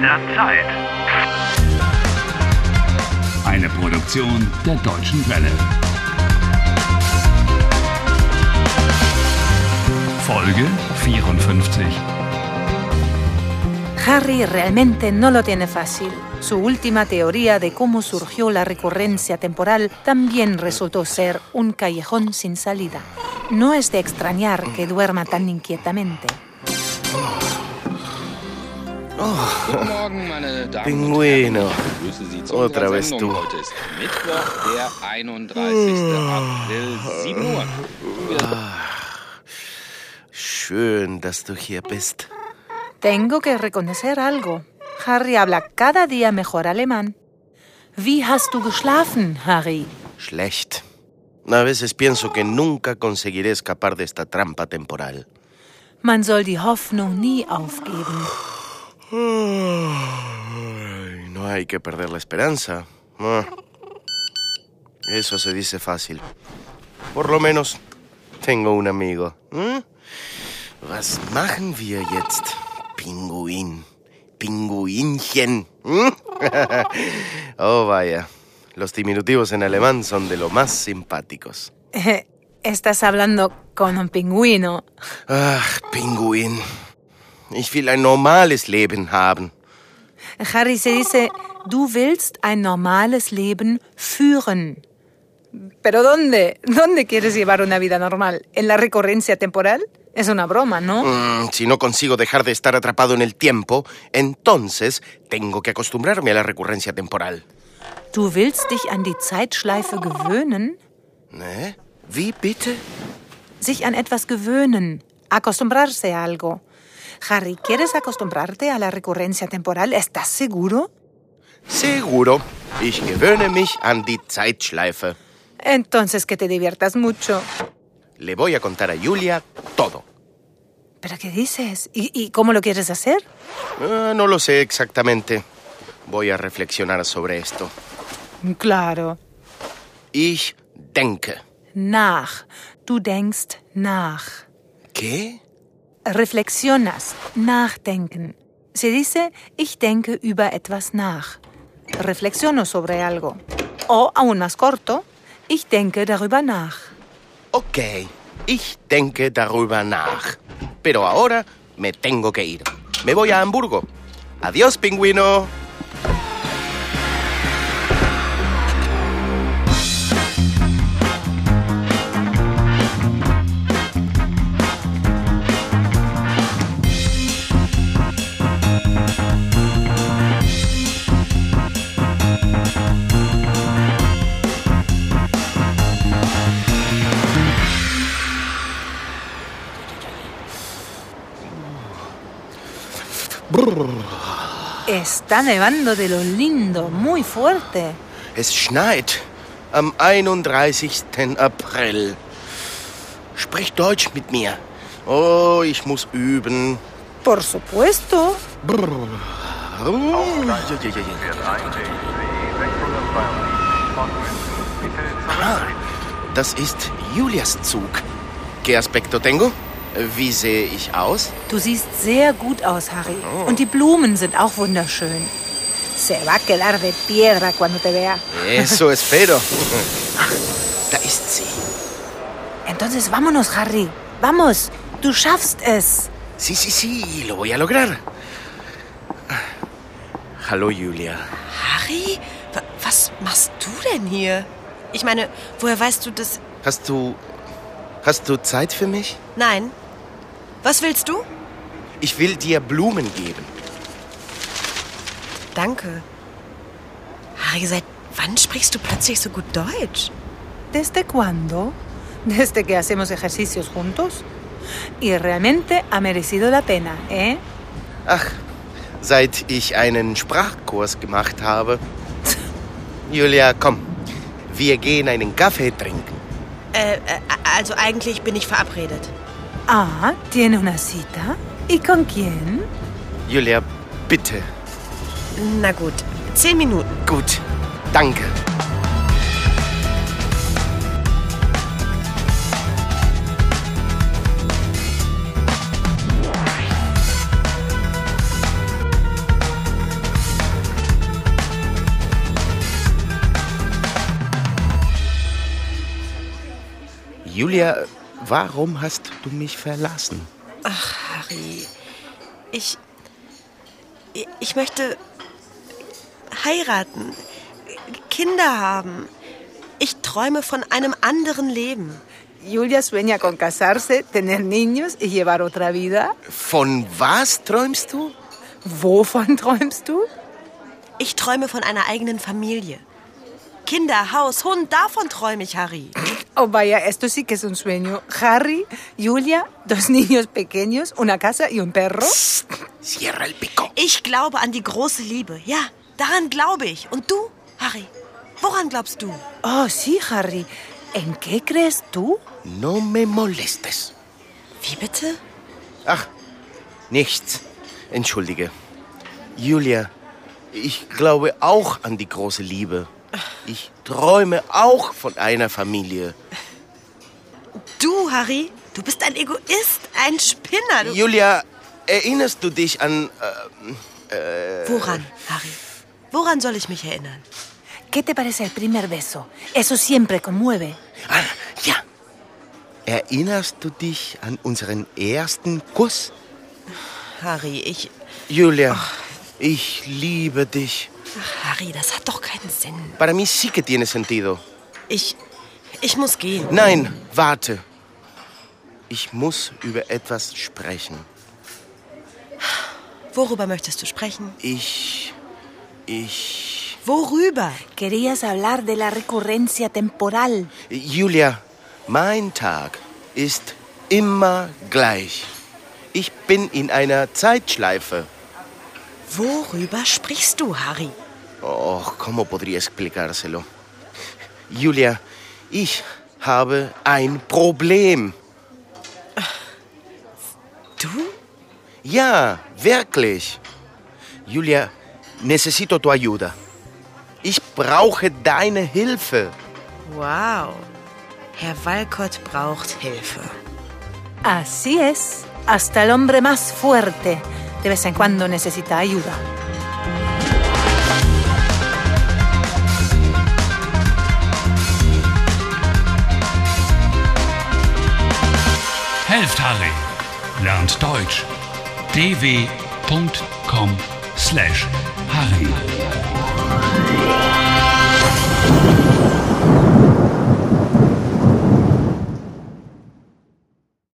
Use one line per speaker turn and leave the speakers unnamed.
der Zeit.
Eine Produktion der Deutschen Welle. Folge 54.
Harry realmente no lo tiene fácil. Su última teoría de cómo surgió la recurrencia temporal también resultó ser un callejón sin salida. No es de extrañar que duerma tan inquietamente.
Guten Morgen, meine Damen
Pingüino.
Ich Grüße Sie zu unserer
Otra vez
Sendung.
du.
Heute ist Mittwoch, der 31. April, 7 Uhr.
Schön, dass du hier bist.
Tengo que reconocer algo. Harry habla cada día mejor alemán. Wie hast du geschlafen, Harry?
Schlecht. A veces pienso que nunca conseguiré escapar de esta trampa temporal.
Man soll die Hoffnung nie aufgeben.
Ay, No hay que perder la esperanza. Ah. Eso se dice fácil. Por lo menos tengo un amigo. ¿Mm? Was machen wir jetzt? Pinguín. Pinguinchen. ¿Mm? oh, vaya. Los diminutivos en alemán son de lo más simpáticos.
Estás hablando con un pingüino.
Ach, Ah, Pinguín. Ich will ein normales Leben haben.
Harry se dice, du willst ein normales Leben führen. Pero ¿dónde? ¿Dónde quieres llevar una vida normal? ¿En la recurrencia temporal? Es una broma, ¿no?
Mm, Si no consigo dejar de estar atrapado en el tiempo, entonces tengo que acostumbrarme a la recurrencia temporal.
Du willst dich an die Zeitschleife gewöhnen?
¿Eh? ¿Wie bitte?
Sich an etwas gewöhnen, acostumbrarse a algo. Harry, ¿quieres acostumbrarte a la recurrencia temporal? ¿Estás seguro?
Seguro. Ich gewöhne mich an die Zeitschleife.
Entonces que te diviertas mucho.
Le voy a contar a Julia todo.
¿Pero qué dices? ¿Y, y cómo lo quieres hacer?
Ah, no lo sé exactamente. Voy a reflexionar sobre esto.
Claro.
Ich denke.
Nach. Du denkst nach.
¿Qué?
Reflexionas. Nachdenken. Se dice, ich denke über etwas nach. Reflexiono sobre algo. O aún más corto, ich denke darüber nach.
Ok. Ich denke darüber nach. Pero ahora me tengo que ir. Me voy a Hamburgo. Adiós, pingüino.
Está nevando de lo lindo, muy fuerte.
Es schneit am 31. April. Sprich Deutsch mit mir. Oh, ich muss üben.
Por supuesto.
Hm. Das ist Julias Zug. ¿Qué aspecto tengo? Wie sehe ich aus?
Du siehst sehr gut aus, Harry. Und die Blumen sind auch wunderschön. Se va a quedar de piedra cuando te vea.
Eso espero. Ah, Da ist sie.
Entonces vámonos, Harry. Vamos. Du schaffst es.
Sí, sí, sí, lo voy a lograr. Ah. Hallo, Julia.
Harry, wa- was machst du denn hier? Ich meine, woher weißt du das?
Hast du. Hast du Zeit für mich?
Nein. Was willst du?
Ich will dir Blumen geben.
Danke. Harry, seit wann sprichst du plötzlich so gut Deutsch?
¿Desde cuándo? Desde que hacemos ejercicios juntos. Y realmente ha merecido la pena, ¿eh?
Ach, seit ich einen Sprachkurs gemacht habe. Julia, komm. Wir gehen einen Kaffee trinken.
Äh, äh, also eigentlich bin ich verabredet.
Ah, tiene una cita. ¿Y con quién?
Julia, bitte.
Na gut, zehn Minuten.
Gut. Danke. Julia, warum hast du mich verlassen?
Ach, Harry. Ich. Ich möchte heiraten, Kinder haben. Ich träume von einem anderen Leben.
Julia sueña con casarse, tener niños y llevar otra vida.
Von was träumst du?
Wovon träumst du?
Ich träume von einer eigenen Familie. Kinder, Haus, Hund, davon träume ich, Harry.
Oh vaya, esto sí que es un sueño. Harry, Julia, dos niños pequeños, una casa y un perro.
Sierra el pico.
Ich glaube an die große Liebe. Ja, daran glaube ich. Und du, Harry, woran glaubst du?
Oh sí, Harry. ¿En qué crees tú?
No me molestes.
Wie bitte?
Ach, nichts. Entschuldige. Julia, ich glaube auch an die große Liebe. Ich träume auch von einer Familie.
Du, Harry, du bist ein Egoist, ein Spinner. Du,
Julia, erinnerst du dich an... äh,
woran, Harry? Woran soll ich mich erinnern?
¿Qué te parece el primer beso? Eso siempre conmueve.
Äh, ah, ja. Erinnerst du dich an unseren ersten Kuss?
Harry, ich.
Julia, ich liebe dich.
Ach, Harry, das hat doch keinen Sinn.
Para mí sí que tiene sentido.
Ich. Ich muss gehen.
Nein, warte. Ich muss über etwas sprechen.
Worüber möchtest du sprechen?
Ich. Ich.
Worüber?
Querías hablar de la recurrencia temporal.
Julia, mein Tag ist immer gleich. Ich bin in einer Zeitschleife.
Worüber sprichst du, Harry?
Oh, ¿cómo podría explicárselo? Julia, ich habe ein Problem.
Du?
Ja, wirklich. Julia, necesito tu ayuda. Ich brauche deine Hilfe.
Wow. Herr Walcott braucht Hilfe.
Así es. Hasta el hombre más fuerte de vez en cuando necesita ayuda.
Helft Harry. Lernt Deutsch. dw.com/harry.